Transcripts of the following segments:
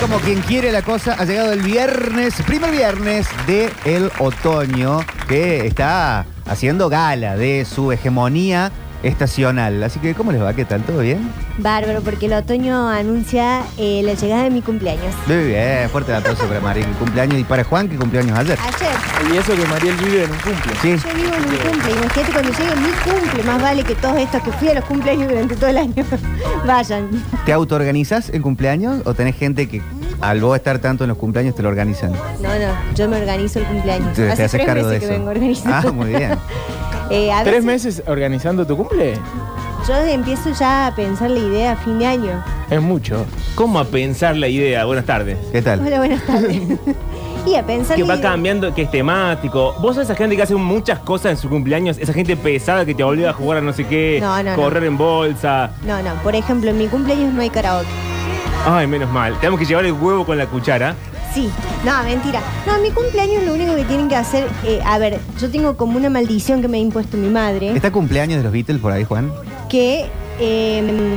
como quien quiere la cosa, ha llegado el viernes, primer viernes de el otoño, que está haciendo gala de su hegemonía estacional. Así que, ¿cómo les va? ¿Qué tal? ¿Todo bien? Bárbaro, porque el otoño anuncia eh, la llegada de mi cumpleaños. Muy bien, fuerte el aplauso para Marín, cumpleaños, y para Juan, que cumpleaños ayer. Ayer, Y eso que Mariel vive en un cumple. Sí, yo vivo en un cumple, imagínate cuando llegue mi cumple, más vale que todos estos que fui a los cumpleaños durante todo el año vayan. ¿te autoorganizas el cumpleaños o tenés gente que al vos estar tanto en los cumpleaños te lo organizan? No, no, yo me organizo el cumpleaños. Te, te Hace haces tres cargo meses de que vengo eso. organizando. Ah, muy bien. Eh, a ¿Tres veces meses organizando tu cumple? Yo empiezo ya a pensar la idea a fin de año. Es mucho. ¿Cómo a pensar la idea? Buenas tardes. ¿Qué tal? Hola, buenas tardes. y a pensar Que la va idea. cambiando, que es temático. Vos sos esa gente que hace muchas cosas en su cumpleaños, esa gente pesada que te obliga a jugar a no sé qué, No, no, no. correr en bolsa. No, no, por ejemplo, en mi cumpleaños no hay karaoke. Ay, menos mal. Tenemos que llevar el huevo con la cuchara. Sí, no, mentira. No, mi cumpleaños lo único que tienen que hacer, eh, a ver, yo tengo como una maldición que me ha impuesto mi madre, ¿Está cumpleaños de los Beatles por ahí, Juan? que, eh,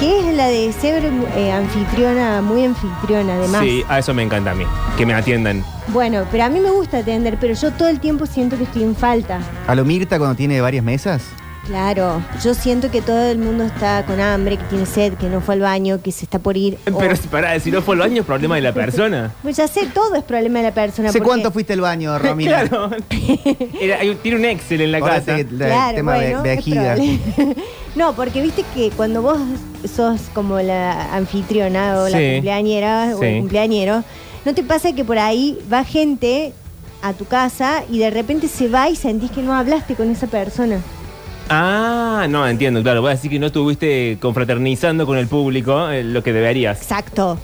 que es la de ser eh, anfitriona, muy anfitriona además. Sí, a eso me encanta a mí. Que me atiendan. Bueno, pero a mí me gusta atender, pero yo todo el tiempo siento que estoy en falta. ¿A lo Mirta cuando tiene varias mesas? Claro, yo siento que todo el mundo está con hambre, que tiene sed, que no fue al baño, que se está por ir. o- Pero si- pará, si no fue el año, es problema de la persona. Pues ya sé, todo es problema de la persona. ¿Sé porque- cuánto fuiste al baño, Romina? Claro. Era- hay un- tiene un Excel en la Ahora casa. te- el tema de- bueno, de es vejiga. probable. no, porque viste que cuando vos sos como la anfitriona o la Sí. cumpleañera o el Sí. cumpleañero, ¿no te pasa que por ahí va gente a tu casa y de repente se va y sentís que no hablaste con esa persona? Ah, no, entiendo, claro. Voy a decir que no estuviste confraternizando con el público eh, lo que deberías. Exacto.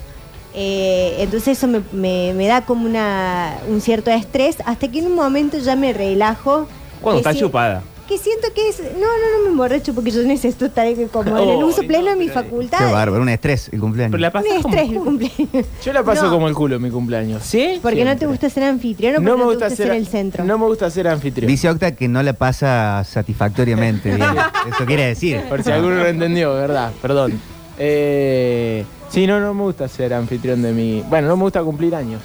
Eh, entonces eso me, me- me da como una, un cierto estrés hasta que en un momento ya me relajo. Cuando Que está si- chupada. Que siento que es... No, no, no me emborracho porque yo necesito estar como en el Oh, uso pleno de no, mis pero- Qué facultades. bárbaro, un estrés el cumpleaños. Pero la pasas Un como- estrés el cumpleaños. Yo la paso No. como el culo en mi cumpleaños. ¿Sí? Porque no te Siempre. gusta ser anfitrión o porque no, te gusta ser el centro. No me gusta ser anfitrión. Dice Octa que no la pasa satisfactoriamente bien. Eso quiere decir. Por si alguno no entendió, ¿verdad? Perdón. Eh, sí, no, no me gusta ser anfitrión de mi... Bueno, no me gusta cumplir años.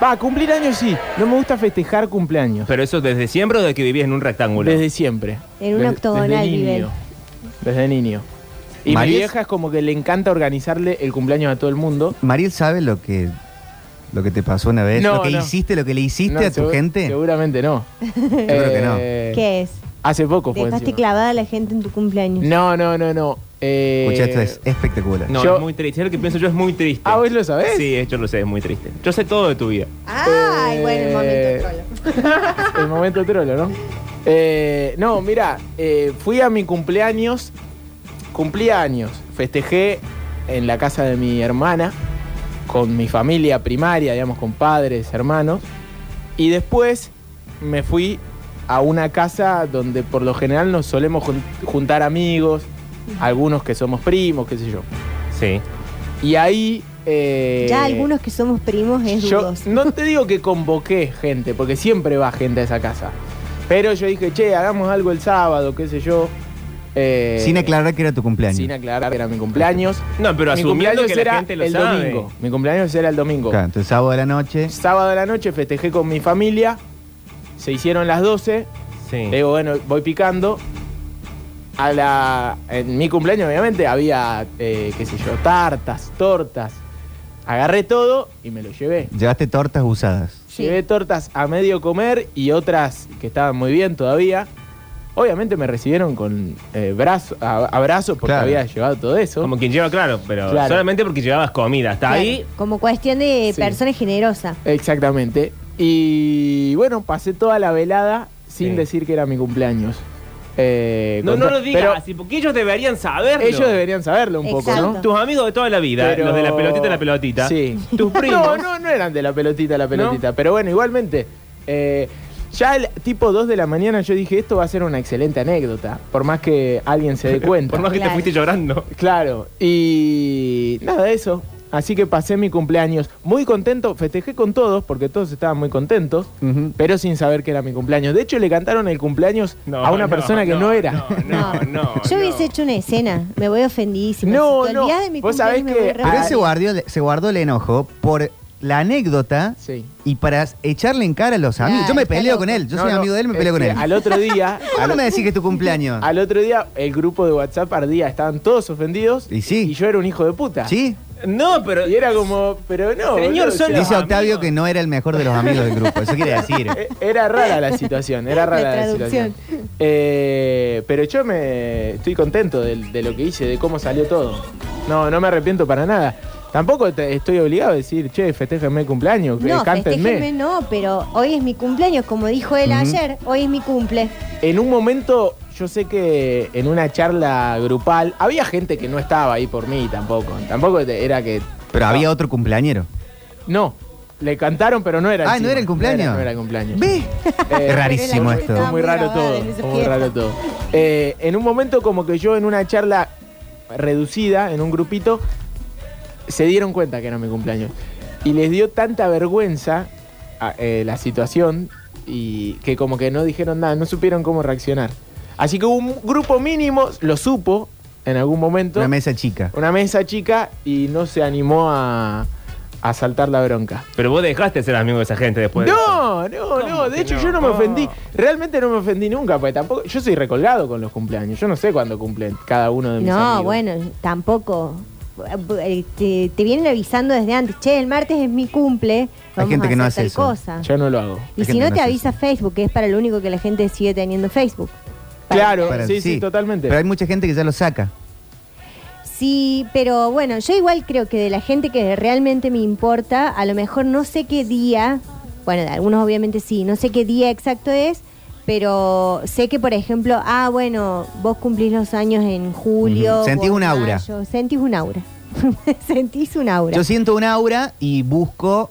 Va, cumplir años sí. No me gusta festejar cumpleaños. Pero eso desde siempre o desde que vivías en un rectángulo. Desde siempre. En un Des- octogonal desde niño. viven. Desde niño. Y ¿Maris? mi vieja es como que le encanta organizarle el cumpleaños a todo el mundo. Mariel sabe lo que lo que te pasó una vez, No, lo que no. hiciste, lo que le hiciste No, a tu segu- gente. Seguramente no. Eh, creo que no. ¿Qué es? Hace poco fue. Dejaste encima. clavada a la gente en tu cumpleaños. No, no, no, no. Eh, Escucha, esto es espectacular. No, Yo- es muy triste. Es lo que pienso yo, es muy triste. Ah, ¿vos lo sabés? Sí, yo lo sé, es muy triste. Yo sé todo de tu vida. Ay, Eh, bueno, el momento trolo. El momento trolo, ¿no? Eh, no, mira, eh, fui a mi cumpleaños. Cumplí años. Festejé en la casa de mi hermana. Con mi familia primaria, digamos, con padres, hermanos. Y después me fui a una casa donde por lo general nos solemos jun- juntar amigos. Algunos que somos primos, qué sé yo. Sí. Y ahí. eh, Ya algunos que somos primos es Yo dudoso. no te digo que convoqué gente, porque siempre va gente a esa casa. Pero yo dije, che, hagamos algo el sábado, qué sé yo. Eh, Sin aclarar que era tu cumpleaños. Sin aclarar que era mi cumpleaños. No, pero mi asumiendo cumpleaños que era la gente lo el sabe. domingo. Mi cumpleaños era el domingo. Claro, entonces sábado de la noche. Sábado a la noche festejé con mi familia. Se hicieron las 12. Sí. Le digo, bueno, voy picando. A la, en mi cumpleaños, obviamente, había, eh, qué sé yo, tartas, tortas. Agarré todo y me lo llevé. Llevaste tortas usadas. Sí. Llevé tortas a medio comer y otras que estaban muy bien todavía. Obviamente me recibieron con eh, brazo- a- abrazos porque Claro. había llevado todo eso. Como quien lleva, claro, pero Claro. solamente porque llevabas comida. Hasta Claro, ahí. Como cuestión de Sí. persona generosa. Exactamente. Y bueno, pasé toda la velada sin Sí. decir que era mi cumpleaños. Eh, No, con no to- lo digas pero así, porque ellos deberían saberlo. ellos deberían saberlo un poco, ¿no? Exacto. Tus amigos de toda la vida, Pero- los de la pelotita, la pelotita. Sí. Tus primos. No, no, no eran de la pelotita, la pelotita. Pero bueno, igualmente. eh, ya el tipo 2 de la mañana yo dije, esto va a ser una excelente anécdota. Por más que alguien se dé cuenta. Por más que Claro. te fuiste llorando. Claro, y nada de eso. Así que pasé mi cumpleaños muy contento, festejé con todos porque todos estaban muy contentos, Ujú. pero sin saber que era mi cumpleaños. De hecho, le cantaron el cumpleaños No, a una no, persona que no, era. No, no, no. Yo hubiese no. hecho una escena, me voy ofendidísima. No, si te no. olvidás de mi Vos sabés cumpleaños, me voy que- re Ah, Pero él mal. se guardió- se guardó el enojo por la anécdota Sí. y para echarle en cara a los amigos. Claro, Yo me está peleo loco. con él, yo No, soy no, amigo de él, me es peleo con que él. Al otro día, ¿Cómo al, Ah, no me decís que es tu cumpleaños? al otro día, el grupo de WhatsApp ardía, estaban todos ofendidos Y sí. y yo era un hijo de puta. ¿Sí? No, pero. Y era como, pero no. Señor, boludo, o son sea, los Dice Octavio amigos. que no era el mejor de los amigos del grupo, eso quiere decir. Eh, Era rara la situación, era rara La la, situación. Eh, pero yo me estoy contento del- de, lo que hice, de cómo salió todo. No, no me arrepiento para nada. Tampoco te- estoy obligado a decir, che, festejenme el cumpleaños, que No, cántenme. festéjenme no, pero hoy es mi cumpleaños, como dijo él Ujú. ayer, hoy es mi cumple. En un momento, yo sé que en una charla grupal, había gente que no estaba ahí por mí tampoco. Tampoco te- era que. Pero no, había otro cumpleañero. No, le cantaron, pero no era. Ah, encima. ¿no era el cumpleaños? No era, no era el cumpleaños. ¿Ve? Eh, Es rarísimo pero la gente esto. estaba Muy muy raro grabada todo. Ah, en esa Muy fiesta. raro todo. Eh, en un momento como que yo en una charla reducida, en un grupito, se dieron cuenta que era mi cumpleaños. Y les dio tanta vergüenza a- eh, la situación y que como que no dijeron nada, no supieron cómo reaccionar. Así que un grupo mínimo lo supo en algún momento. Una mesa chica. una mesa chica y no se animó a, a saltar la bronca. Pero vos dejaste de ser amigo de esa gente después. de eso. No, no, no. ¿Cómo De que hecho, no? yo no me No. ofendí. Realmente no me ofendí nunca, porque tampoco. Yo soy recolgado con los cumpleaños. Yo no sé cuándo cumplen cada uno de mis amigos. No, bueno, tampoco. Eh, Te, te vienen avisando desde antes, che, el martes es mi cumple, vamos gente a que no hacer hace tal eso. cosa. Yo no lo hago. Y Hay si gente no que te no hace avisa Facebook, que es para lo único que la gente sigue teniendo Facebook. Para- Claro, Para- sí, sí, sí. totalmente. Pero hay mucha gente que ya lo saca. Sí, pero bueno, yo igual creo que de la gente que realmente me importa, a lo mejor no sé qué día, bueno, de algunos obviamente sí, no sé qué día exacto es, pero sé que, por ejemplo, ah, bueno, vos cumplís los años en julio. Ujú. Sentís vos un en aura. mayo, Sentís un aura. Sentís un aura. Yo siento un aura y busco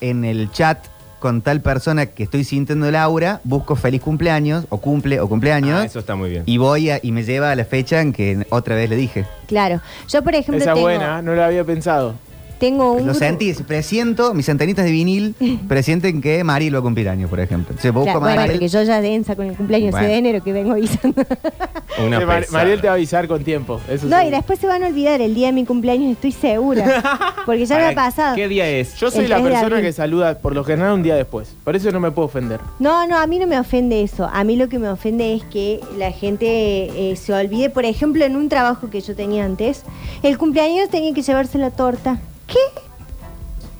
en el chat con tal persona que estoy sintiendo el aura, busco feliz cumpleaños o cumple o cumpleaños Ah, eso está muy bien. y voy a- y me lleva a la fecha en que otra vez le dije. Claro. Yo, por ejemplo, Esa es tengo, buena, no lo había pensado. tengo un... Lo gru- sentí, presiento, mis antenitas de vinil presienten que Mari lo va a cumplir años, por ejemplo. Se busco Claro, a bueno, Maril. porque yo ya densa con el cumpleaños ese de Bueno. enero que vengo avisando. Una Eh, Mar- pesada. Mariel te va a avisar con tiempo. Eso No, sí. y después se van a olvidar el día de mi cumpleaños, estoy segura. Porque ya me ha Para- pasado. ¿Qué día es? Yo soy El la 3 de persona abril. que saluda por lo general un día después. Por eso no me puedo ofender. No, no, a mí no me ofende eso. A mí lo que me ofende es que la gente eh, se olvide. Por ejemplo, en un trabajo que yo tenía antes, el cumpleaños tenía que llevarse la torta. ¿Qué?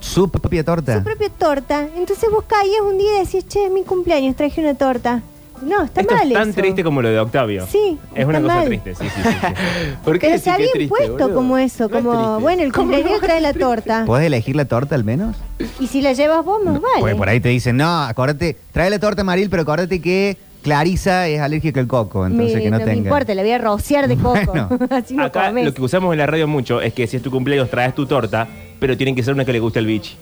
Su propia torta. Su propia torta. Entonces vos caías un día y decís, che, es mi cumpleaños, traje una torta. No, está Esto mal es tan eso. triste como lo de Octavio. Sí, Es una está cosa mal. triste, sí, sí, sí, sí. ¿Por qué Pero se decís que había es triste, impuesto boludo? como eso, No es como, triste. bueno, el cumpleaños trae la torta. ¿Podés elegir la torta al menos? Y si la llevas vos, más vale. Porque por ahí te dicen, no, acordate, trae la torta Maril, pero acordate que Clarisa es alérgica al coco, entonces Me- que no, tenga. me importa, la voy a rociar de coco. Bueno. Así no Acá comes. lo que usamos en la radio mucho es que si es tu cumpleaños traes tu torta, pero tienen que ser una que le guste al bichi.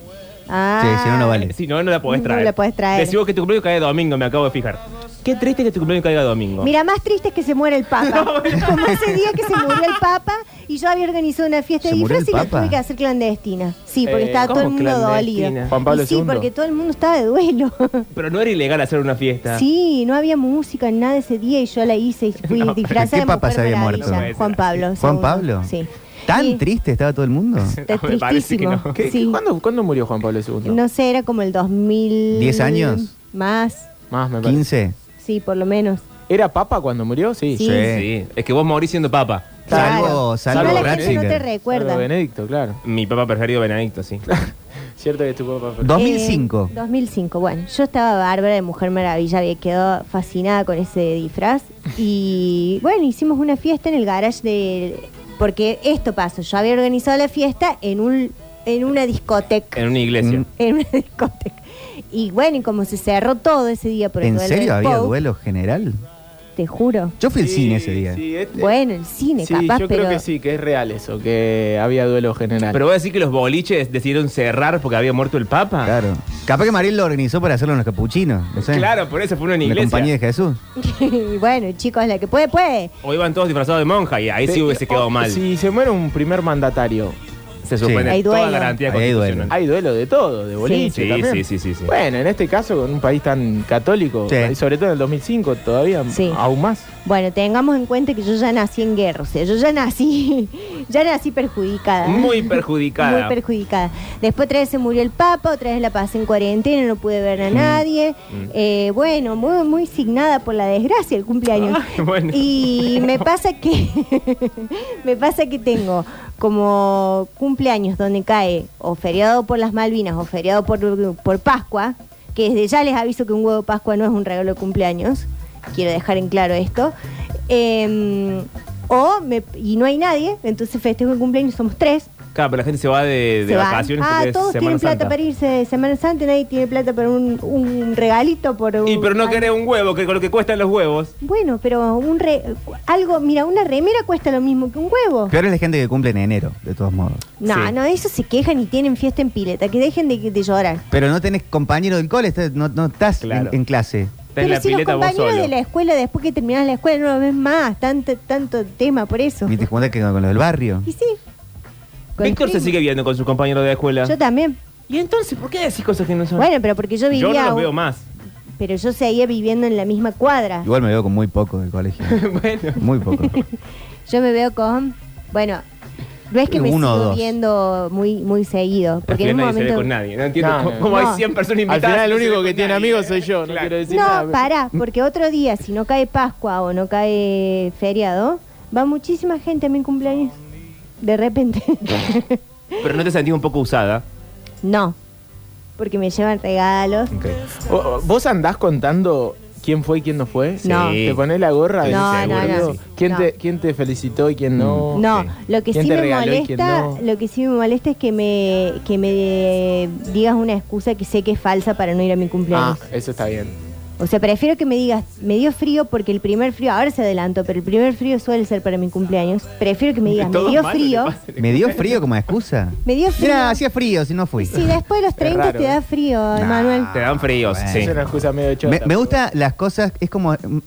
Ah. Sí, si no, no vale. Si no, no la podés No traer. la podés traer. Decimos que tu cumpleaños cae domingo, me acabo de fijar. Qué triste que tu cumpleaños caiga domingo. Mira, más triste es que se muera el Papa. Como ese día que se murió el Papa y yo había organizado una fiesta ¿Se de murió disfraz y el la Papa? tuve que hacer clandestina. Sí, porque Eh, estaba todo el ¿cómo mundo clandestina? dolido. Juan Pablo Y sí, II. porque todo el mundo estaba de duelo. Pero no era ilegal hacer una fiesta. sí, no había música, nada ese día y yo la hice y fui No, disfrazada ¿qué de Papa Mujer se había Maravilla. muerto? No puede ser Juan Pablo. ¿Juan seguro. Pablo? Sí. ¿Tan Sí, triste estaba todo el mundo? está No, me parece que tristísimo. no. ¿Qué- Sí. ¿Cuándo, cuándo murió Juan Pablo II? No sé, era como el 2000. ¿Diez años? Más. Más me parece. ¿15? Sí, por lo menos. ¿Era papa cuando murió? Sí. Sí. Sí, es que vos morís siendo papa. Salvo, salvo Igual la gente Ratzinger. no te Salvo recuerda. Benedicto, claro. Mi papa preferido Benedicto, sí. Cierto que estuvo papá. 2005. Eh, 2005, bueno, yo estaba bárbara de Mujer Maravilla, había quedado fascinada con ese disfraz. Y bueno, hicimos una fiesta en el garage de... Porque esto pasó, yo había organizado la fiesta en, un, en una discoteca. En una iglesia. Mm. En una discoteca. Y bueno, y como se cerró todo ese día por el ¿En duelo serio del había Pou, duelo general? Te juro. Yo fui al cine ese día. Sí, este- Bueno, el cine, Sí, capaz, yo pero... creo que sí, que es real eso, que había duelo general. Pero voy a decir que los boliches decidieron cerrar porque había muerto el papa. Claro. Capaz que Maril lo organizó para hacerlo en los capuchinos. No sé. Claro, por eso fue una En la iglesia. compañía de Jesús. y bueno, chicos, la que puede, puede. oh, O iban todos disfrazados de monja y ahí sí hubiese quedado mal. Si se muere un primer mandatario, se suspende Hay toda duelo. garantía Ahí hay constitucional. duelo. Hay duelo de todo, de boliche Sí, también. sí, sí, sí, sí. Bueno, en este caso, con un país tan católico, Sí. y sobre todo en el 2005, todavía Sí. aún más. Bueno, tengamos en cuenta que yo ya nací en guerra, o sea, yo ya nací, ya nací perjudicada. Muy perjudicada. Muy perjudicada. Después otra vez se murió el Papa, otra vez la pasé en cuarentena, no pude ver a nadie. Eh, bueno, muy, muy signada por la desgracia el cumpleaños. Ah, bueno. Y me pasa que me pasa que tengo como cumpleaños donde cae o feriado por las Malvinas o feriado por, por Pascua, que desde ya les aviso que un huevo de Pascua no es un regalo de cumpleaños, quiero dejar en claro esto. Em, o me- y no hay nadie, entonces festejo el cumpleaños, somos tres, Claro, pero la gente se va de, de se van. vacaciones Ah, porque todos es Semana tienen plata Santa. para irse de Semana Santa, nadie tiene plata para un, un regalito por un... Y pero no querés un huevo, que con lo que cuestan los huevos. Bueno, pero un re- algo, mira, una remera cuesta lo mismo que un huevo. Peor es la gente que cumple en enero, de todos modos. No, Sí. no, ellos se quejan y tienen fiesta en pileta, que dejen de, de llorar. Pero no tenés compañero del cole, estás- no, no estás Claro. en, en clase. Está en Pero la si los pileta vos compañeros solo. de la escuela, después que terminás la escuela, no ves más, tanto, tanto tema por eso. Ni te juntas que con los del barrio. Y sí. Con Víctor el se primo. sigue viendo con sus compañeros de la escuela. Yo también. ¿Y entonces por qué decís cosas que no son? Bueno, pero porque yo vivía... yo no los veo más. Pero yo seguía viviendo en la misma cuadra. Igual me veo con muy poco del colegio. bueno. Muy poco. Yo me veo con, bueno, no es que me Uno o sigo dos. viendo muy muy seguido, Al porque final en un nadie se ve momento con nadie. No entiendo No, cómo, no. cómo No. hay 100 personas Al invitadas. final, el y se ve único con que tiene nadie. amigos soy yo, no Claro. quiero decir nada. No, pará, porque otro día si no cae Pascua o no cae feriado, va muchísima gente a mi cumpleaños. De repente. Pero no te sentís un poco usada. no. Porque me llevan regalos. O- o- ¿Vos andás contando quién fue y quién no fue? Sí. No. ¿Te ponés la gorra? Sí, No, seguro no, que no. sí. ¿Quién, No. Te, ¿Quién te felicitó y quién no? No, Sí. lo que ¿Quién sí te me regaló y quién molesta, no? lo que sí me molesta es que me que me digas una excusa que sé que es falsa para no ir a mi Ah, cumpleaños. eso está bien. O sea, prefiero que me digas, me dio frío porque el primer frío, ahora se adelantó, pero el primer frío suele ser para mi cumpleaños. Prefiero que me digas, me Todo dio mal que frío. pase. Me dio frío como excusa. Me dio frío. Mira, hacía frío si no fui. Si después de los 30 raro, te da ¿eh? frío, Nah. Emanuel. Te dan fríos, Bueno. sí. Es una excusa medio chota. Me, me gusta las cosas, es como mm,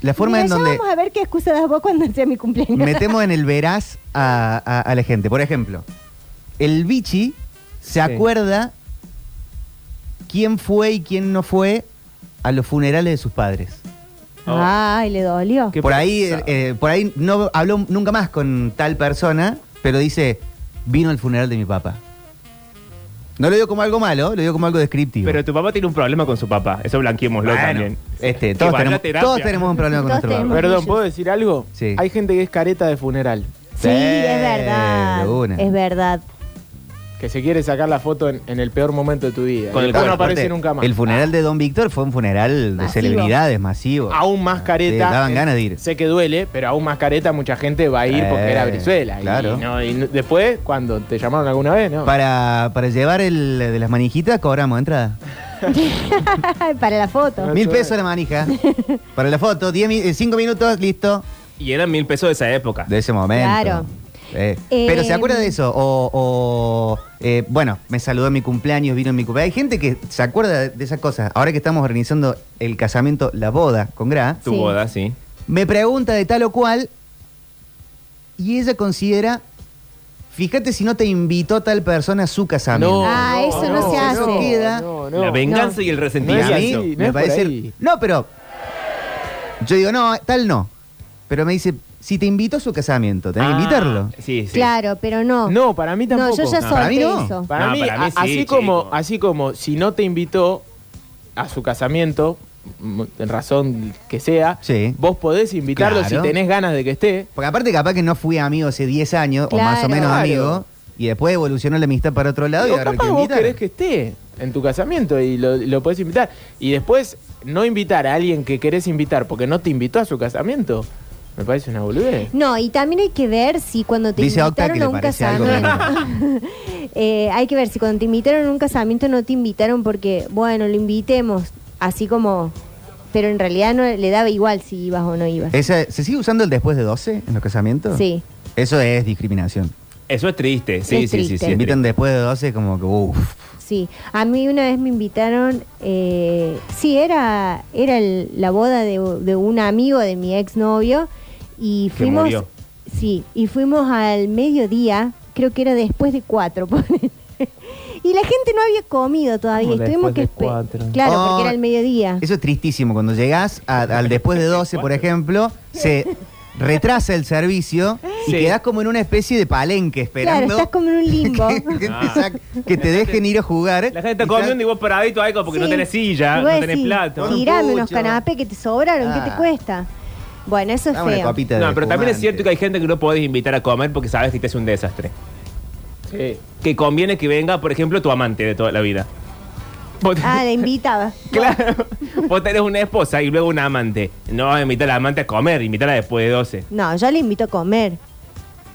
la forma Mira, en ya donde vamos a ver qué excusa das vos cuando sea mi cumpleaños. metemos en el veraz a, a- a la gente. Por ejemplo, el bichi se acuerda quién fue y quién no fue a los funerales de sus padres. Oh. Ay, le dolió. Qué Por ahí, pesado. eh, por ahí no habló nunca más con tal persona, pero dice, vino al funeral de mi papá. No lo digo como algo malo, lo digo como algo descriptivo. Pero tu papá tiene un problema con su papá. Eso blanqueémoslo Bueno, también. Este, Que todos, vaya a tenemos, terapia. todos tenemos un problema con Todos nuestro papá. tenemos. Perdón, ¿puedo decir algo? Sí. Hay gente que es careta de funeral. Sí, es verdad. de una. Es verdad. Que se quiere sacar la foto en, en el peor momento de tu vida. Con Y después el cuerpo, no aparece Aparte, nunca más. El funeral de Don Víctor fue un funeral de Masivo. celebridades masivo. Aún más Te careta. Ah, daban eh, ganas de ir. Sé que duele, pero aún más careta mucha gente va a ir porque Eh, era Brizuela. Y claro. no- y no- después, cuando te llamaron alguna vez, ¿no? Para, para llevar el de las manijitas cobramos entrada. Para la foto. Mil pesos la manija. Para la foto, diez mi- eh, cinco minutos, listo. Y eran mil pesos de esa época. De ese momento. Claro. Eh, Eh, pero ¿se acuerda de eso? O, o, eh, bueno, me saludó en mi cumpleaños, vino en mi cumpleaños. Hay gente que se acuerda de esas cosas. Ahora que estamos organizando el casamiento, la boda con Gra, Tu Sí. boda, sí. me pregunta de tal o cual y ella considera, fíjate si no te invitó tal persona a su casamiento. Ah, eso no se eso hace. queda. no, no. La venganza No. y el Y a resentimiento. mí no es me por parece... ahí. No, pero yo digo, no, tal no. Pero me dice, si te invitó a su casamiento, tenés Ah, que invitarlo. Sí, sí. Claro, pero no. No, para mí tampoco. No, yo ya No, para mí solté no. eso. Para, No, mí, para mí a- sí, así, chico. como, así como si no te invitó a su casamiento, m- en razón que sea, Sí. vos podés invitarlo Claro. si tenés ganas de que esté. Porque aparte capaz que no fui amigo hace 10 años, o más o Claro. menos Claro. amigo, y después evolucionó la amistad para otro lado y O ahora capaz te vos invitan. querés que esté en tu casamiento y lo, y lo podés invitar. Y después, no invitar a alguien que querés invitar porque no te invitó a su casamiento, me parece una boludez. No, y también hay que ver si cuando te Dice Octa que invitaron le a un parece algo casamiento. Eh, hay que ver si cuando te invitaron a un casamiento no te invitaron porque, bueno, lo invitemos, así como. Pero en realidad no le daba igual si ibas o no ibas. Esa- ¿Se sigue usando el después de 12 en los casamientos? Sí. Eso es discriminación. Eso es triste. Sí, Es sí, sí, triste. sí. Te es invitan después de 12 como que, uff. Sí, a mí una vez me invitaron, eh, sí, era, era el- la boda de, de un amigo de mi exnovio y Que fuimos, murió. sí, y fuimos al mediodía creo que era después de cuatro. ponele. y la gente no había comido todavía. ¿Cómo Tuvimos que después de espe- cuatro? Claro, Oh. porque era el mediodía. Eso es tristísimo. Cuando llegás a- al después de 12, por ejemplo, se retrasa el servicio y Sí. quedás como en una especie de palenque Claro, esperando estás como en un limbo. que, que te Ah. sac- que te dejen ir a jugar. La gente está Y comiendo y vos paradito ahí como porque no Sí. tenés Y silla, no vos tenés decís, plato. sí. Tirame unos Pucho. canapés que te sobraron, ¿qué Ah. te cuesta? Bueno, eso es Dame una feo. copita de No, pero también es espumante. cierto que hay gente que no podés invitar a comer porque sabes que te hace un desastre. Sí. Que conviene que venga, por ejemplo, tu amante de toda la vida. Vos te- Ah, la invitaba. Claro. Vos tenés una esposa y luego un amante. No vas a invitar a la amante a comer, invitarla después de 12. No, yo le invito a comer.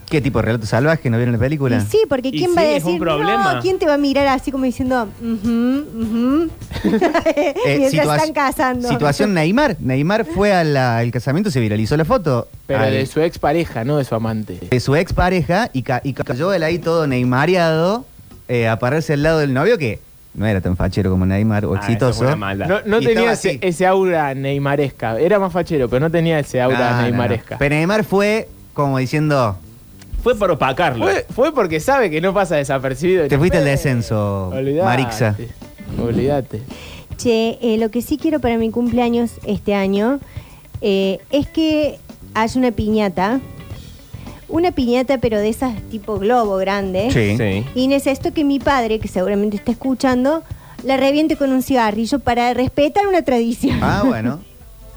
¿Qué tipo de relato salvaje? ¿No vieron la película? Y sí, porque Y ¿quién va a sí, es un decir? problema. No, ¿quién te va a mirar así como diciendo, "Ujú, ujú"? Eh, Mientras situa- están casando? Situación Neymar. Neymar fue a la- al casamiento, se viralizó la foto. Pero al- de su expareja, no de su amante. de su ex pareja y, ca- y cayó él ahí todo neymareado eh, a pararse al lado del novio que no era tan fachero como Neymar o Ah, eso es exitoso. una maldad. No, no Y estaba tenía ese, así. ese aura neymaresca. Era más fachero, pero no tenía ese Ah, No, aura no, no. neymaresca. Pero Neymar fue como diciendo, Fue para opacarlo. Fue, fue porque sabe que no pasa desapercibido. te fuiste al descenso, Olvidate. Marixa. Eh. Olvidate. Che, eh, lo que sí quiero para mi cumpleaños este año eh, es que haya una piñata. Una piñata, pero de esas tipo globo grande. Sí. Sí. Y necesito que mi padre, que seguramente está escuchando, la reviente con un cigarrillo para respetar una tradición. Ah, bueno.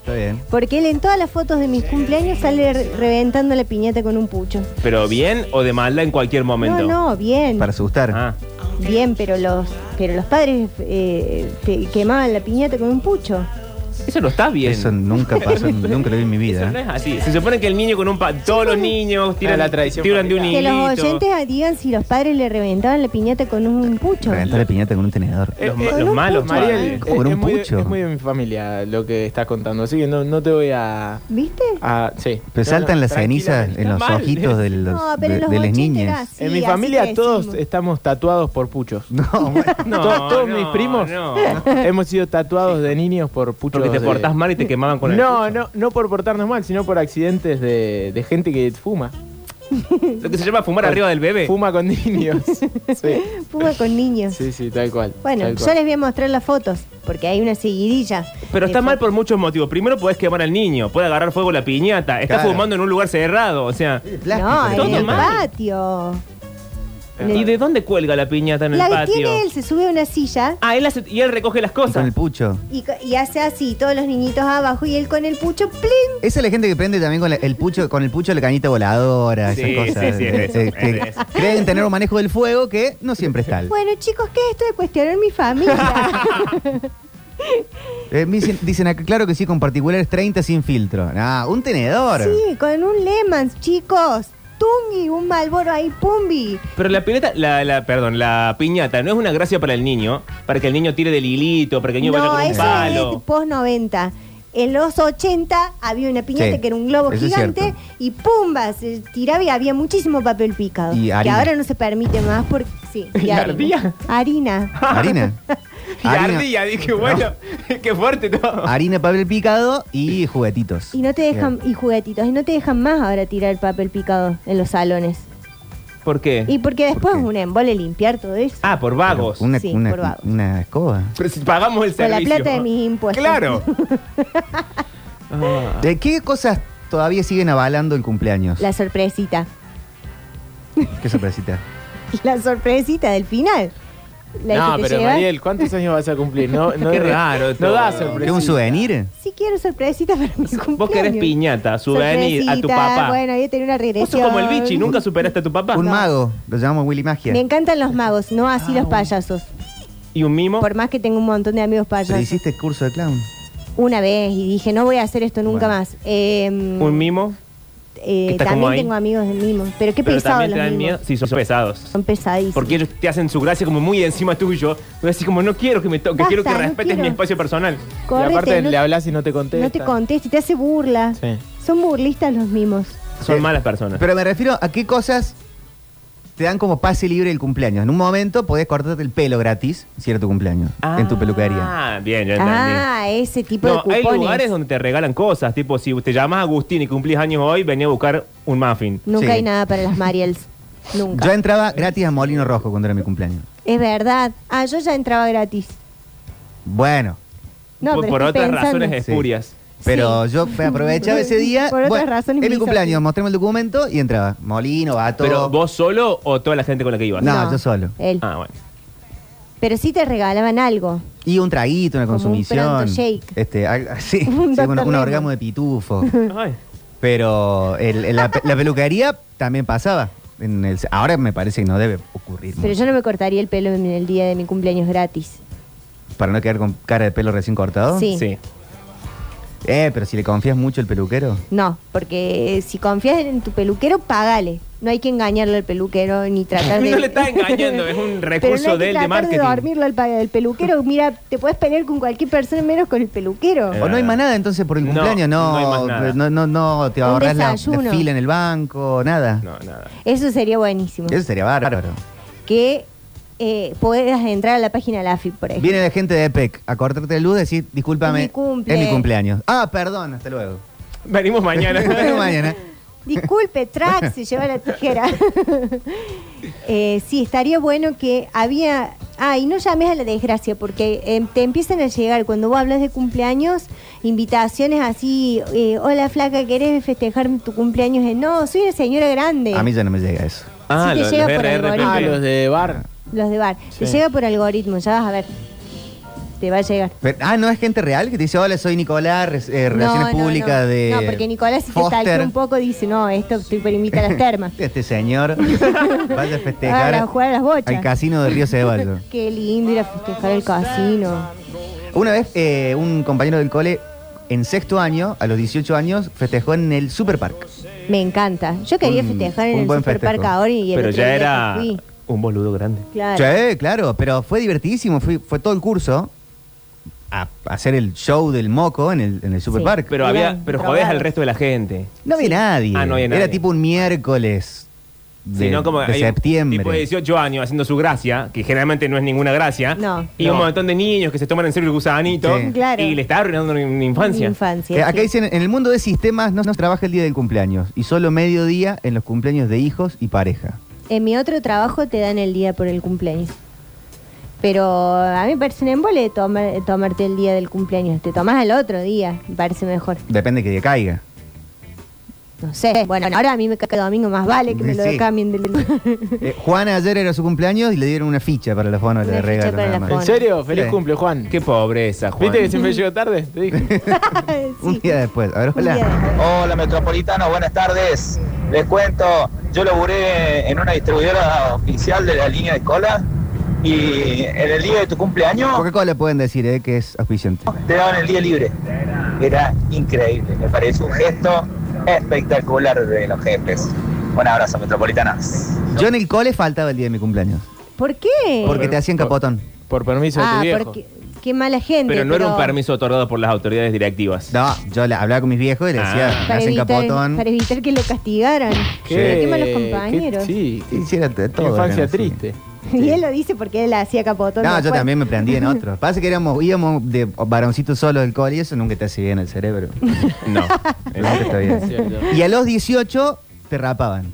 Está bien. Porque él en todas las fotos de mis cumpleaños sale re- reventando la piñata con un pucho. Pero bien o de maldad en cualquier momento. No, no, bien. Para asustar. Ah, Bien, pero los, pero los padres eh, te- quemaban la piñata con un pucho. eso no está bien. Eso nunca pasó, nunca lo vi en mi vida. Eso no es así. Se supone que el niño con un pa- todos los niños tiran, la tradición tiran de un Que los hilito. oyentes digan si los padres le reventaban la piñata con un pucho. Reventar la piñata con un tenedor. Los, ma- Eh, eh, los no, malos, pucha. padres. Mariel, ¿Cómo con es, un muy de, pucho? es muy de mi familia lo que estás contando, así que no, no te voy a. ¿Viste? a- sí. Pero No, saltan no, las cenizas tranquilamente. en los mal. ojitos de, los, No, pero de- los de las 80 niñas. era así. En mi así familia que todos decimos. estamos tatuados por puchos. No, bueno. No, To- todos no, mis primos no. hemos sido tatuados de niños por puchos. Porque te de- portás mal y te quemaban con el No, pucho. no, no por portarnos mal, sino por accidentes de, de gente que fuma. Lo que se llama fumar arriba del bebé. Fuma con niños. Sí, Fuma con niños. sí, sí, tal cual. Bueno, tal ya cual. les voy a mostrar las fotos, porque hay una seguidilla. Pero está Eh, mal por muchos motivos. Primero podés quemar al niño, puede agarrar fuego la piñata, está Claro. fumando en un lugar cerrado, o sea. Plástico, No, en Todo el mal. patio. En el- ¿Y de dónde cuelga la piñata en la el que patio? tiene él, se sube a una silla Ah, él hace- y él recoge las Con el cosas. pucho. y, co- y hace así, todos los niñitos abajo y él con el pucho, ¡plin! Esa es la gente que prende también con la- el pucho, con el pucho la cañita voladora, Sí, esas cosas. sí, sí, es Eh, eso, eh, que es eso. creen tener un manejo del fuego que no siempre es tal. Bueno, chicos, ¿qué es esto de cuestionar mi familia? Eh, me dicen, dicen acá, claro que sí, con particulares 30 sin filtro. Ah, un tenedor. sí, con un Lemans, chicos. Tungi, un malboro ahí, pumbi. Pero la pileta, la, la, perdón, la piñata no es una gracia para el niño, para que el niño tire del hilito, para que el niño vaya No, con un eso palo. es post 90. En los 80 había una piñata Sí, que era un globo eso es gigante cierto. y pumba, se tiraba y había muchísimo papel picado. Y que harina. ahora no se permite más porque sí. ¿Y ardía? Harina. Harina. Y ardía, dije, bueno, qué fuerte todo. harina, papel picado y juguetitos. Y no te dejan, y juguetitos, y no te dejan más ahora tirar papel picado en los salones. ¿Por qué? Y porque después qué? es un embole limpiar todo eso. Ah, por Pero vagos. Una, Sí, una- por vagos. una escoba. Pero si pagamos el Con la servicio. plata de pues. mis impuestos. Claro. Ah. ¿De qué cosas todavía siguen avalando el cumpleaños? La sorpresita. Qué sorpresita. La sorpresita del final. La No, que te pero llevas. Mariel, ¿cuántos años vas a cumplir? No, no Qué raro No todo. da ¿Es sorpresa. un souvenir? Sí quiero sorpresita para mi cumpleaños. Vos querés piñata, souvenir a tu Sorpresita, papá. Bueno, yo tenía una Vos regresión. sos como el bichi, nunca superaste a tu papá. Un mago. Lo llamamos Willy Magia. Me encantan los magos, no Ah, así los payasos. ¿Y un mimo? Por más que tengo un montón de amigos Pero payasos. hiciste el curso de clown. Una vez y dije, no voy a hacer esto nunca Bueno. más. Eh, ¿Un mimo? eh, que está como también ahí. tengo amigos de mimos. Pero qué Pero pesados también te los dan mimos. miedo. Sí, son pesados. Son pesadísimos. Porque ellos te hacen su gracia como muy encima tuyo. Y así como, no quiero que me toques, Basta, quiero que no respetes quiero. mi espacio personal. Y Correte, aparte no, le hablas y no te contesta. no te contesta y te hace burla. Sí. Son burlistas los mimos. Son Sí. malas personas. Pero me refiero a qué cosas te dan como pase libre el cumpleaños. En un momento podés cortarte el pelo gratis si era tu cumpleaños en tu peluquería. Ah, bien, ya entendí. Ah, ese tipo de No, hay cupones. lugares donde te regalan cosas, tipo si te llamas Agustín y cumplís años hoy, venía a buscar un muffin. Nunca Sí. hay nada para las Mariels. Nunca. Yo entraba gratis a Molino Rojo cuando era mi cumpleaños. Es verdad. Ah, yo ya entraba gratis. Bueno, No, por pero por estoy otras pensando. razones Sí. espurias. pero yo me aprovechaba ese día. Por otras bueno, Es razones mi me hizo cumpleaños, así. mostremos el documento y entraba. Molino, Bato. ¿Pero vos solo o toda la gente con la que ibas? No, yo solo. Él. Ah, bueno. Pero sí te regalaban algo. Y un traguito, una Como un consumición. pronto shake. este, algo- sí, sí, Un un, Dr. un Lemon. orgasmo de pitufo. Ay. Pero el- el- la, pe- la peluquería también pasaba. En el- ahora me parece que no debe ocurrir. Pero mucho. yo no me cortaría el pelo en el día de mi cumpleaños gratis. Para no quedar con cara de pelo recién cortado. Sí. Sí. Eh, pero si le confías mucho al peluquero. No, porque eh, si confías en tu peluquero, pagale. No hay que engañarle al peluquero ni tratar de. No le está engañando, es un recurso Pero no hay que de él de tratar marketing. De dormirlo al, pa- al peluquero. Mira, te puedes pelear con cualquier persona menos con el peluquero. Eh, O no hay más nada entonces por el No, cumpleaños, no. no hay más nada. no, no, no, te Un ahorras la, la desayuno. fila en el banco, nada. No, nada. Eso sería buenísimo. Eso sería bárbaro. Que eh, puedas entrar a la página de la AFIP, por ejemplo. Viene la gente de EPEC a cortarte la luz y decir, discúlpame, Es mi cumple. es mi cumpleaños. Ah, perdón, hasta luego. Venimos mañana. Nos vemos mañana. Disculpe, Trax, se lleva la tijera. Eh, sí, estaría bueno que había... Ah, y no llames a la desgracia, porque eh, te empiezan a llegar, cuando vos hablas de cumpleaños, invitaciones así, eh, hola flaca, ¿querés festejar tu cumpleaños? Eh, no, soy una señora grande. A mí ya no me llega eso. Ah, Sí te los, llega los por el RRPP. gorila. Ah, los de bar. Los de bar. Te Sí. llega por algoritmo, ya vas a ver. Te va a llegar. Pero- ah, ¿no es gente real que te dice, hola, soy Nicolás, res- eh, Relaciones no, no, Públicas no. de No, porque Nicolás, si te Foster. stalkea un poco, dice, no, esto te invita a las termas. Este señor vaya a festejar Ah, a jugar a las bochas. al casino de Río Ceballo. Qué lindo ir a festejar el casino. Una vez eh, un compañero del cole en sexto año, a los 18 años, festejó en el Superpark. Me encanta. Yo quería Un- festejar un en el buen Superparque festejo. ahora y el Pero otro ya día que era fui. un boludo grande. Claro. Sí, claro, pero fue divertidísimo, fui- fue todo el curso a a hacer el show del moco en el, en el Superpark. Pero Eran había, pero jodés drogados. al resto de la gente. No había nadie. Ah, no había Era nadie. tipo un miércoles de, sino como de hay un septiembre. Tipo de 18 años haciendo su gracia, que generalmente no es ninguna gracia. No. Y No. un montón de niños que se toman en serio el gusanito. Sí. Claro. Y le está arruinando una una infancia. Infancia. Eh, acá sí. dicen, en el mundo de sistemas no nos trabaja el día del cumpleaños y solo mediodía en los cumpleaños de hijos y pareja. En mi otro trabajo te dan el día por el cumpleaños. Pero a mí me parece un embole tomar- tomarte el día del cumpleaños. Te tomas el otro día, me parece mejor. Depende que caiga. No sé. Bueno, ahora a mí me cae domingo, más vale que me lo Sí. cambien del Eh, Juana ayer era su cumpleaños y le dieron una ficha para la fono Una de regalo. ficha para nada la más. fono. ¿En serio? Feliz Sí. cumple, Juan. Qué pobreza, Juan. ¿Viste que siempre llego tarde? Te dije. Un día después. A ver, Un día hola. después. Hola Metropolitano, buenas tardes. Les cuento, yo laburé en una distribuidora oficial de la línea de cola y en el día de tu cumpleaños Coca-Cola pueden decir eh, que es auspiciante. te daban el día libre. Era increíble, me parece un gesto espectacular de los jefes. Un abrazo Metropolitanas. Yo en el cole faltaba el día de mi cumpleaños. ¿Por qué? Porque te hacían capotón. Por permiso de tu ah, viejo. porque qué mala gente. pero no era un permiso otorgado por las autoridades directivas. No, yo la- hablaba con mis viejos y les decía, Ah. me Para hacen evitar, capotón. para evitar que lo castigaran. Qué malos compañeros. qué- sí, qué- Hicieron de qué todo. infancia eran así. triste. Y él lo dice porque él hacía capotón. No, yo después. también me prendí en otros. Pasa que éramos, íbamos de varoncitos solos del cole y eso nunca te hace bien el cerebro. No. Nunca está bien. Cierto. Y a los 18 te rapaban.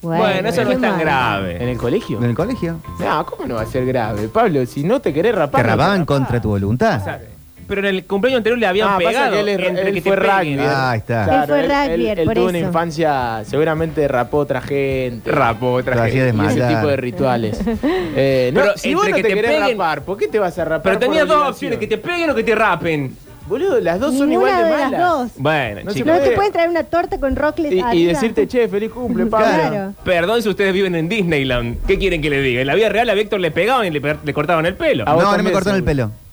bueno, eso no qué es tan mal. ¿En grave. el colegio? En el colegio. No, ¿cómo no va a ser grave? Pablo, si no te querés rapar. Te no rapaban rapás. contra tu voluntad. O sea, pero en el cumpleaños anterior le habían Ah, pasa pegado. que él es- entre él que te fue peguen. rugby. Ah, ahí está. Él fue rugbyer, él por tuvo una eso. infancia, seguramente rapó otra gente. Rapo, otra Lo gente. hacía de Eh, Y ese maldad. tipo de rituales. Eh, no, Pero si entre vos no que te, te querés peguen- rapar, ¿por qué te vas a rapar? Pero por tenía dos obligación? opciones, que te peguen o que te rapen. Boludo, las dos son Ninguna igual de de las malas. dos. Bueno, No se chicos. No te puede. pueden traer una torta con rocklet Y, y arriba. decirte, che, feliz cumple, Pablo. Claro. Perdón si ustedes viven en Disneyland. ¿Qué quieren que les diga? En la vida real a Víctor le pegaban y le, pe- le cortaban el pelo. A vos No, no me también, cortaron el seguro. pelo.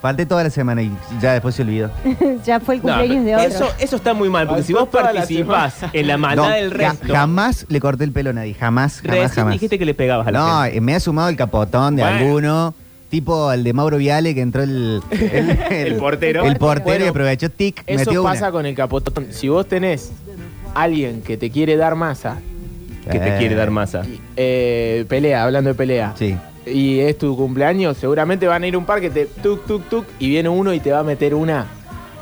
Falté toda la semana y ya después se olvidó. ya fue el No, cumpleaños de pero otro. eso, eso está muy mal, porque Ay, si vos toda la participás semana. en la No, manada del ja- resto, jamás le corté el pelo a nadie. Jamás, recién jamás, jamás. dijiste que le pegabas a la No, gente. eh, me ha sumado el capotón de Bueno. alguno. Tipo el de Mauro Viale que entró el, el, El portero. El portero Bueno, y aprovechó tic, Eso metió pasa una. con el capotón. Si vos tenés alguien que te quiere dar masa, Que te Eh, quiere dar masa. eh, pelea, hablando de pelea. Sí. Y es tu cumpleaños, seguramente van a ir un par que te tuk tuk tuk y viene uno y te va a meter una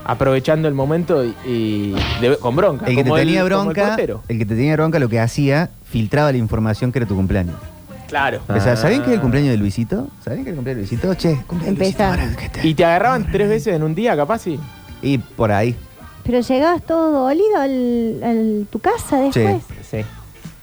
aprovechando el momento y, y de- con bronca. El que te como tenía como el bronca, el, portero. que te tenía bronca lo que hacía, filtraba la información que era tu cumpleaños. Claro. O sea, ¿saben Ah. que es el cumpleaños de Luisito? ¿Saben que es el cumpleaños de Luisito? Che, cumpleaños de Luisito. Empezá. ahora, ¿qué te- Y te agarraban tres veces en un día, capaz, sí. Y por ahí. Pero llegabas todo dolido al, al- tu casa después. Sí.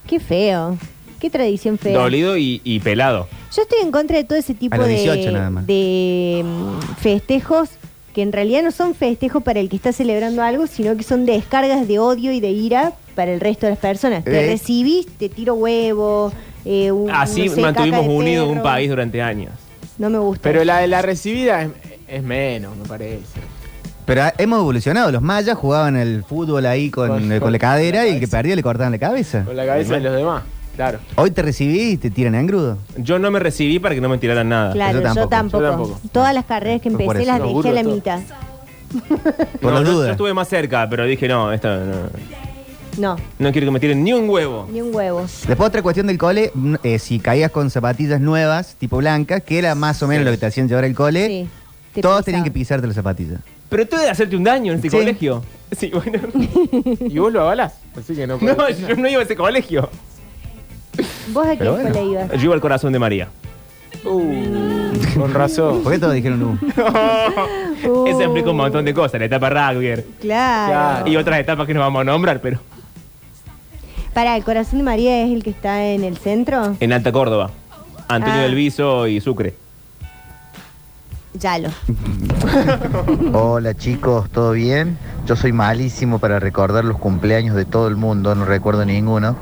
Qué feo. Qué tradición fea. Dolido y, y pelado. Yo estoy en contra de todo ese tipo A los de, 18 nada más. de, mm, festejos que en realidad no son festejos para el que está celebrando algo, sino que son descargas de odio y de ira para el resto de las personas. Te Eh. recibís, te tiro huevo. eh, un- Así no sé, Ah, mantuvimos caca de unido perro. un país durante años. No me gusta. Pero la de la recibida es, es menos, me parece. Pero ah, hemos evolucionado. Los mayas jugaban el fútbol ahí con, Con- eh, con la con la cadera y el que cabeza. perdía le cortaban la cabeza. Con la cabeza de los demás, claro. Hoy te recibí y te tiran engrudo. Yo no me recibí para que no me tiraran nada. claro, yo tampoco, yo, tampoco. yo tampoco. Todas las carreras que Por empecé eso. las No, dejé burro a la todo. mitad. Por no, las yo- Yo, dudas. estuve más cerca, pero dije, no, esto no, No, no quiero que me tiren ni un huevo. ni un huevo. Después otra cuestión del cole, mm, eh, si caías con zapatillas nuevas, tipo blancas, que era más o menos lo que te hacían llevar al cole, Sí, te Eh, todos pisaba. tenían que pisarte las zapatillas. Pero tú de hacerte un daño en este Sí. colegio. Sí, bueno. Y vos lo avalás, así que no No, podés- yo no iba a ese colegio. ¿Vos a qué Pero bueno. escuela ibas? Yo iba al corazón de María. Uh, con razón. ¿Por qué todos dijeron "Uh"? un? Eso explica un montón de cosas, la etapa Rugger Claro. y otras etapas que no vamos a nombrar, pero. Para, ¿el corazón de María es el que está en el centro? En Alta Córdoba. Antonio Ah. del Viso y Sucre. Yalo. Hola chicos, ¿todo bien? Yo soy malísimo para recordar los cumpleaños de todo el mundo, no recuerdo ninguno.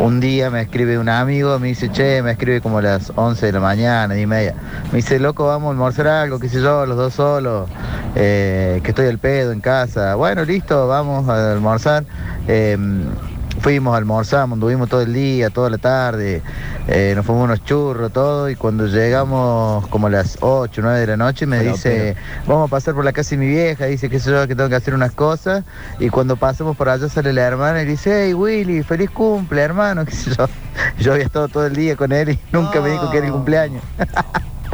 Un día me escribe un amigo, me dice, che, me escribe como a las 11 de la mañana, 10 y media. Me dice, loco, vamos a almorzar algo, qué sé yo, los dos solos, eh, que estoy al pedo en casa. Bueno, listo, vamos a almorzar. Em, Fuimos, almorzamos, anduvimos todo el día, toda la tarde, eh, nos fuimos unos churros, todo, y cuando llegamos como a las 8, 9 de la noche, me Bueno, dice, vamos a pasar por la casa de mi vieja, dice que yo que tengo que hacer unas cosas, y cuando pasamos por allá sale la hermana y dice, hey Willy, feliz cumple, hermano, qué sé yo. Yo había estado todo el día con él y nunca me dijo que era el cumpleaños.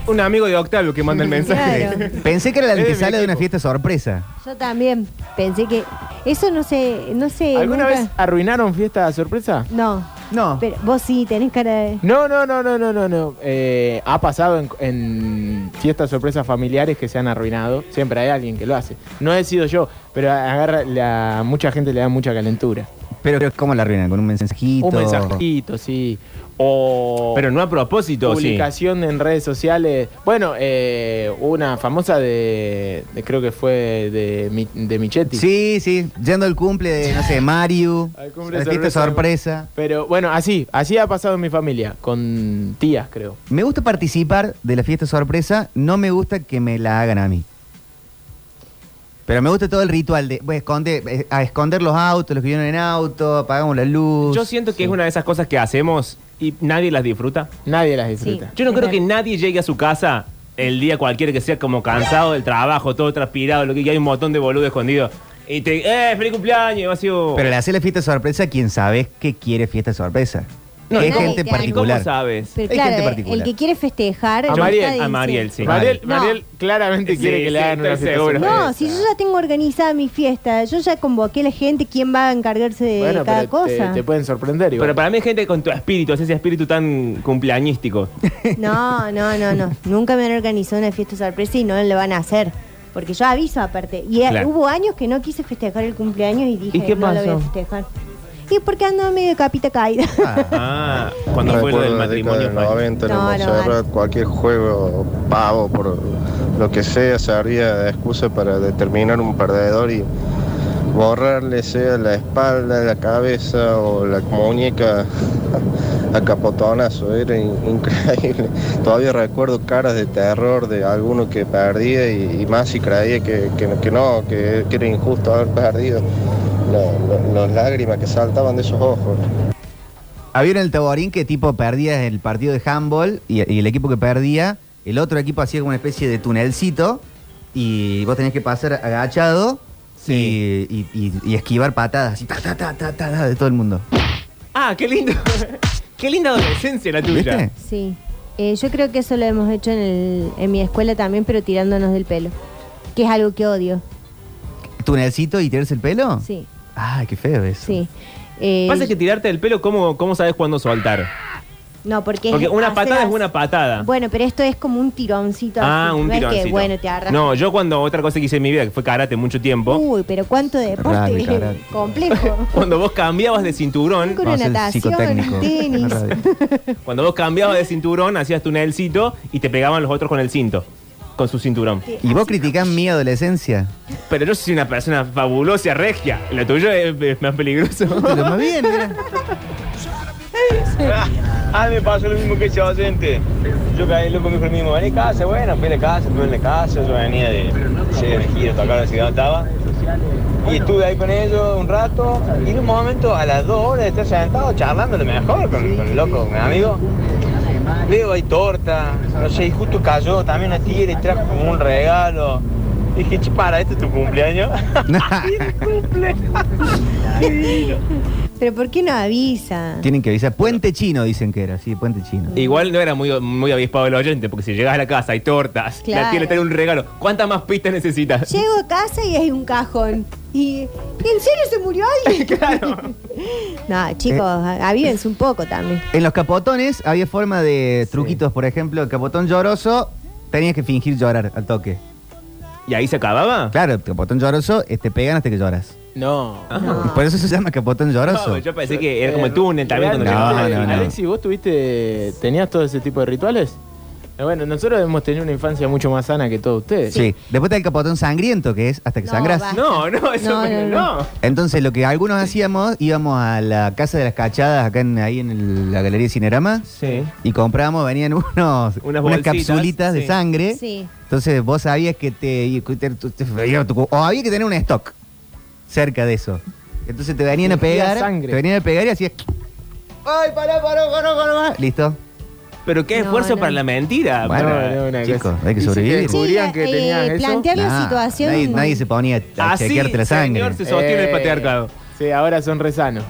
Un amigo de Octavio que manda el mensaje. Claro. Pensé que era la Es de mi antesala de una equipo. fiesta sorpresa. Yo también pensé que. Eso no sé. No sé ¿Alguna nunca- vez arruinaron fiesta de sorpresa? No. No. Pero vos sí tenés cara de. No, no, no, no, no, no, no. Eh, ha pasado en, en fiestas sorpresas familiares que se han arruinado. Siempre hay alguien que lo hace. No he sido yo, pero agarra la, mucha gente le da mucha calentura. Pero, pero ¿cómo la arruinan? ¿Con un mensajito? Un mensajito, sí. O Pero no a propósito, sí. publicación en redes sociales. Bueno, eh, una famosa de, de- creo que fue de, Mi- de Michetti. Sí, sí. Yendo al cumple de, no sé, Mario. Al cumple a la fiesta sorpresa. Pero bueno, así, así ha pasado en mi familia, con tías, creo. Me gusta participar de la fiesta sorpresa, no me gusta que me la hagan a mí. Pero me gusta todo el ritual de pues, esconde- eh, a esconder los autos, los que vienen en auto, apagamos la luz. Yo siento que es una de esas cosas que hacemos y nadie las disfruta. Nadie las disfruta. Yo no creo que nadie llegue a su casa el día cualquiera que sea como cansado del trabajo, todo transpirado, lo que y hay un montón de boludo escondido. Y te ¡eh, feliz cumpleaños! Y vas así, oh. Pero le hace la fiesta sorpresa a quien sabes que quiere fiesta sorpresa. No, que ¿y es cómo- gente en ¿y cómo particular. ¿Cómo sabes? Pero Hay claro, gente eh, particular. el que quiere festejar. A ya Mariel, está a Mariel, diciendo- Sí. Mariel, No. Mariel claramente Sí, quiere que le sí, hagan una estoy fiesta seguro. No, sorpresa. si yo ya tengo organizada mi fiesta, yo ya convoqué a la gente, ¿quién va a encargarse de Bueno, cada pero te- cosa? Te, pueden sorprender igual. Pero para mí hay gente con tu espíritu, es ese espíritu tan cumpleañístico. No, no, no, no. Nunca me han organizado una fiesta sorpresa y no lo van a hacer. Porque yo aviso aparte. Y eh, Claro. hubo años que no quise festejar el cumpleaños y dije, ¿Y qué no lo voy a pasó? festejar. Y porque andaba medio de capita caída. Ah, Ah, cuando fue lo del Recuerdo la década matrimonio. del fallido. 90 en No, no, Montserrat, cualquier juego, pavo, por lo que sea, servía de excusa para determinar un perdedor y borrarle sea la espalda, la cabeza o la muñeca a capotonazo, era in- increíble. Todavía recuerdo caras de terror de alguno que perdía y, y más si creía que, que- que no, que, que era injusto haber perdido. La- la- las lágrimas que saltaban de sus ojos. había en Ah, el Taborín que tipo perdía el partido de handball y, y el equipo que perdía, el otro equipo hacía como una especie de tunelcito y vos tenías que pasar agachado y, y- y- y esquivar patadas así, ta, ta, ta, ta, ta, de todo el mundo. Ah, qué lindo. qué linda adolescencia la tuya. ¿Viste? Sí. Eh, yo creo que eso lo hemos hecho en, el- en mi escuela también, pero tirándonos del pelo. Que es algo que odio. ¿Tunelcito y tirarse el pelo? Sí, Ay, qué feo eso. sí. Eh, Pasa que tirarte el pelo, ¿cómo, cómo sabes cuándo soltar? no, porque, es Porque una hacer patada es así. una patada. Bueno, pero esto es como un tironcito. Ah, así. un no es que, tironcito. bueno, te agarras. Uh. No, yo cuando otra cosa que hice en mi vida, que fue karate mucho tiempo, Uy, pero cuánto Rugby, deporte karate. complejo. cuando vos cambiabas de cinturón, Con Vamos a hacer natación, psicotécnico. tenis. cuando vos cambiabas de cinturón, hacías tu nelcito y te pegaban los otros con el cinto, con su cinturón. ¿Y vos criticás mi adolescencia? Pero yo soy una persona fabulosa, regia. Lo tuyo es, es más peligroso. Pero más bien, mira. Ah, me pasó lo mismo que ese docente. Yo caí loco, me dijo el mismo, vení casa, bueno, fui a la casa, estuve en la casa, yo venía de sí, de gira, tocar la ciudad estaba. Y estuve ahí con ellos un rato, y en un momento, a las dos horas de estar sentado, charlando lo mejor con, con el loco, con mi amigo. Veo hay torta, no sé, y justo cayó también una tira y trajo como un regalo. Dije, che, para, ¿este es tu cumpleaños? Pero ¿por qué no avisa? Tienen que avisar. Puente chino, dicen que era. Sí, puente chino. Igual no era muy, muy avispado el oyente, porque si llegas a la casa hay tortas, Claro. la tía le trae un regalo. ¿Cuántas más pistas necesitas? Llego a casa y hay un cajón. Y ¿en serio se murió alguien? claro. no, chicos, a- avívense un poco también. En los capotones había forma de truquitos, por ejemplo, el capotón lloroso, tenías que fingir llorar al toque. ¿Y ahí se acababa? Claro, el capotón lloroso, eh, te pegan hasta que lloras. No. No. Por eso se llama capotón lloroso. No, yo Ah, pensé que era como el túnel también. Real- Cuando No, te- no, no. Alexi, ¿vos tuviste, tenías todo ese tipo de rituales? Eh, Bueno, nosotros hemos tenido una infancia mucho más sana que todos ustedes. Eh, Sí. Después está el capotón sangriento, que es hasta que No, sangras. va. No, no, eso No, no, no. no. Entonces, lo que algunos hacíamos, íbamos a la casa de las cachadas, acá en, ahí en el- la galería Cinerama, Sí. y comprábamos, venían unos, Unas unas, bolsitas, capsulitas de sí. sangre. Sí. Entonces, vos sabías que te, que te- te- te- tu- O había que tener un stock cerca de eso. Entonces, te venían a Surgía pegar. sangre. Te venían a pegar y hacías. ¡Ay, pará, pará, pará, pará! pará! Listo. Pero qué No, esfuerzo no. para la mentira. Bueno, para- no, una chicos, cosa. hay que Y si te sobrevivir. descubrían que eh, tenías eso. plantear la Nah, situación. Nadie, nadie se ponía a Así, chequearte la sangre. Ah, señor, se sostiene el Eh, patriarcado. Sí, ahora son resanos.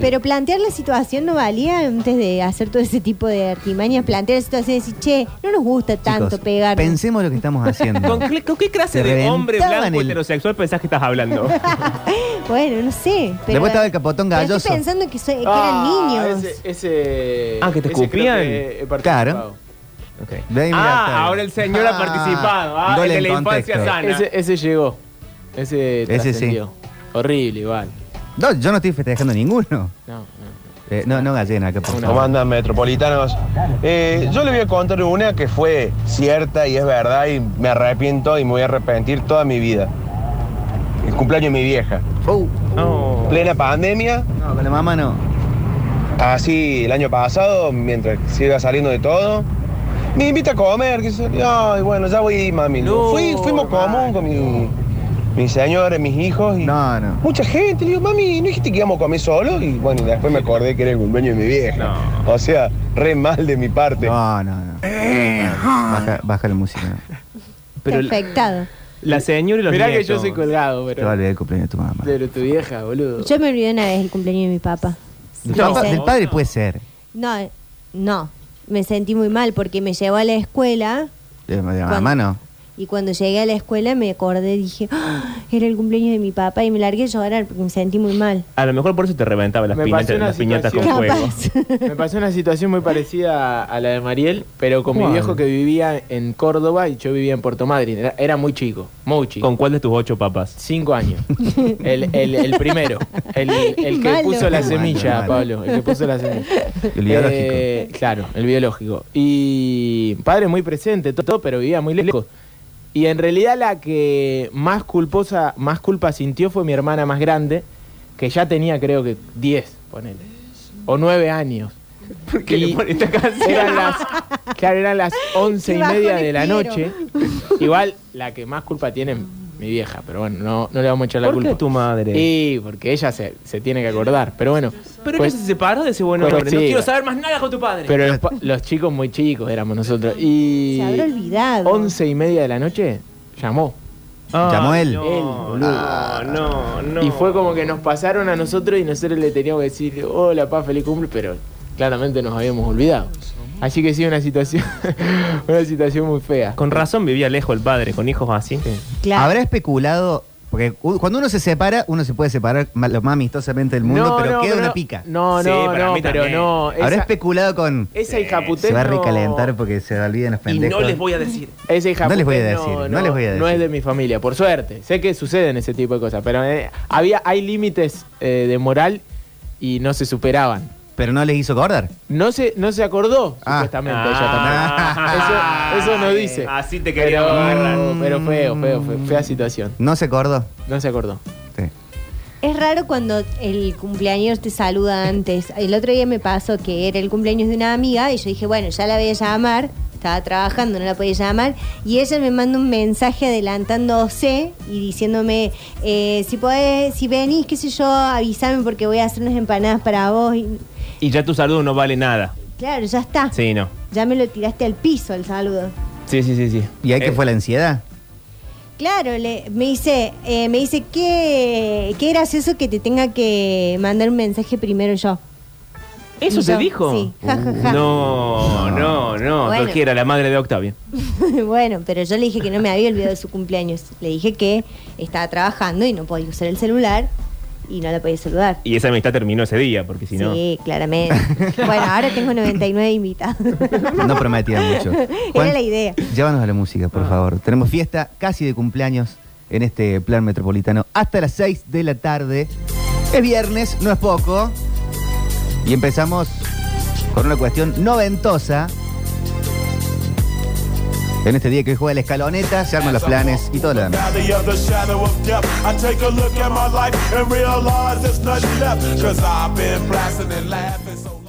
Pero plantear la situación no valía antes de hacer todo ese tipo de artimañas. Plantear la situación y decir, che, no nos gusta tanto Chicos, pegar. Pensemos lo que estamos haciendo. ¿Con, qué- con qué clase Te de hombre reventaban blanco el- heterosexual pensás que estás hablando? Bueno, no sé. Pero, Después estaba el capotón pero estoy galloso. pensando que, soy- que eran niños. Ah, Ese, ese- Ah, que te ese creo escupían. que he participado. Claro. Ve y mirá, ah, está bien. ahora el señor ha Ah, participado. Ah, el doble de la en infancia contexto. sana. Ese, ese llegó. Ese, Ese sí. trascendió. Horrible, igual. No, yo no estoy festejando ninguno. No, no. Eh, no, no gallena, que por ¿Cómo favor. andan, metropolitanos? Eh, yo les voy a contar una que fue cierta y es verdad y me arrepiento y me voy a arrepentir toda mi vida. El cumpleaños de mi vieja. No. Plena pandemia, No, con la mamá no. así el año pasado, mientras siga saliendo de todo. Me invita a comer, que sé yo. Ay, bueno, ya voy, mami. No, Fui- fuimos común con mi- mis señores, mis hijos. Y No, no. Mucha gente, le digo, mami, ¿no dijiste que íbamos a comer solo? Y bueno, y después me acordé que era el cumpleaños de mi vieja. No. O sea, re mal de mi parte. No, no, no. Eh, Baja, baja la música. Pero la, Perfectado. la señora y los Mirá nietos. que yo soy colgado, Te va a pero. olvidar el cumpleaños de tu mamá. Pero tu vieja, boludo. Yo me olvidé una vez el cumpleaños de mi papá. Del, No. papá- del padre puede ser. No, no. Me sentí muy mal porque me llevó a la escuela De, de la mamá no. y cuando llegué a la escuela me acordé, dije, "Ah, era el cumpleaños de mi papá y me largué a llorar porque me sentí muy mal. A lo mejor por eso te reventaba las, Me piñatas- pasó una las piñatas con situación- fuego. Me pasó una situación muy parecida a la de Mariel, pero con mi ¿Cuál? viejo que vivía en Córdoba y yo vivía en Puerto Madryn. Era, era muy chico, muy chico. ¿Con cuál de tus ocho papas? Cinco años. El, el- el primero. El, el que Malo. puso la Malo, semilla, malo. Pablo. El que puso la semilla. El biológico. Eh, claro, el biológico. Y padre muy presente, to- todo, pero vivía muy lejos. Y en realidad la que más culposa, más culpa sintió fue mi hermana más grande, que ya tenía creo que 10, ponele. O 9 años. qué le pone esta canción? Eran las, claro, eran las once Qué y media bajones de la quiero. noche. Igual la que más culpa tiene mi vieja, pero bueno, no, no le vamos a echar la ¿Por culpa. qué tu madre? Y porque ella se, se tiene que acordar, pero bueno. Pero pues- ella se separó de ese buen pues hombre. no sí. quiero saber más nada con tu padre. pero los, pa- los chicos muy chicos éramos nosotros. Y Se habrá olvidado. once y media de la noche llamó. Ah, Llamó él. Él, No, boludo. no, Ah, no. Y fue como que nos pasaron a nosotros y nosotros le teníamos que decir, hola, pa, feliz cumple, pero claramente nos habíamos olvidado. Así que sí, una situación, una situación muy fea. este, Con razón vivía lejos el padre, con hijos así. Claro. ¿Habrá especulado? Porque u- cuando uno se separa, uno se puede separar ma- lo más amistosamente del mundo, pero queda una no. pica. No, Sí, no, para no, mí pero también. no. Habrá Esa, especulado con. esa hija Se putés va a no- recalentar porque se olviden los Y pendejos. no les voy a decir. Esa hija No les voy a putés decir, no les voy a No decir. es de mi familia, por suerte. Sé que suceden ese tipo de cosas, pero eh, había, hay límites eh, de moral y no se superaban. Pero no les hizo acordar. No se, no se acordó, Ah. supuestamente, ella también. Ah. Eso- eso no dice. Así te quería Pero, agarrar. pero feo, feo, feo, fea situación. No se acordó. No se acordó. Sí. Es raro cuando el cumpleaños te saluda antes. El otro día me pasó que era el cumpleaños de una amiga y yo dije, bueno, ya la voy a llamar. Estaba trabajando, no la podía llamar. Y ella me manda un mensaje adelantándose y diciéndome, eh, si podés, si venís, qué sé yo, avísame porque voy a hacer unas empanadas para vos. Y, Y ya tu saludo no vale nada. claro, ya está. Sí, no. Ya me lo tiraste al piso el saludo. Sí, sí, sí, sí. ¿Y ahí que fue la ansiedad? Claro, le- me dice, eh, me dice que qué gracioso que te tenga que mandar un mensaje primero yo. ¿Eso Y se yo, dijo? Sí, ja, ja, ja. No, no, no. Bueno. Cualquiera, la madre de Octavio. bueno, pero yo le dije que no me había olvidado de su cumpleaños. Le dije que estaba trabajando y no podía usar el celular y no la podía saludar. Y esa amistad terminó ese día, porque si no. Sí, claramente. bueno, ahora tengo 99 invitados. No prometía mucho. Juan, Era la idea. Llévanos a la música, por favor. Tenemos fiesta casi de cumpleaños en este plan metropolitano hasta las 6 de la tarde. Es viernes, no es poco. Y empezamos con una cuestión noventosa. En este día que hoy juega la escaloneta, se arman los planes y todo lo demás. Valley of the shadow of death. I take a look at my life and realize there's nothing left. Cause I've been blasting and laughing so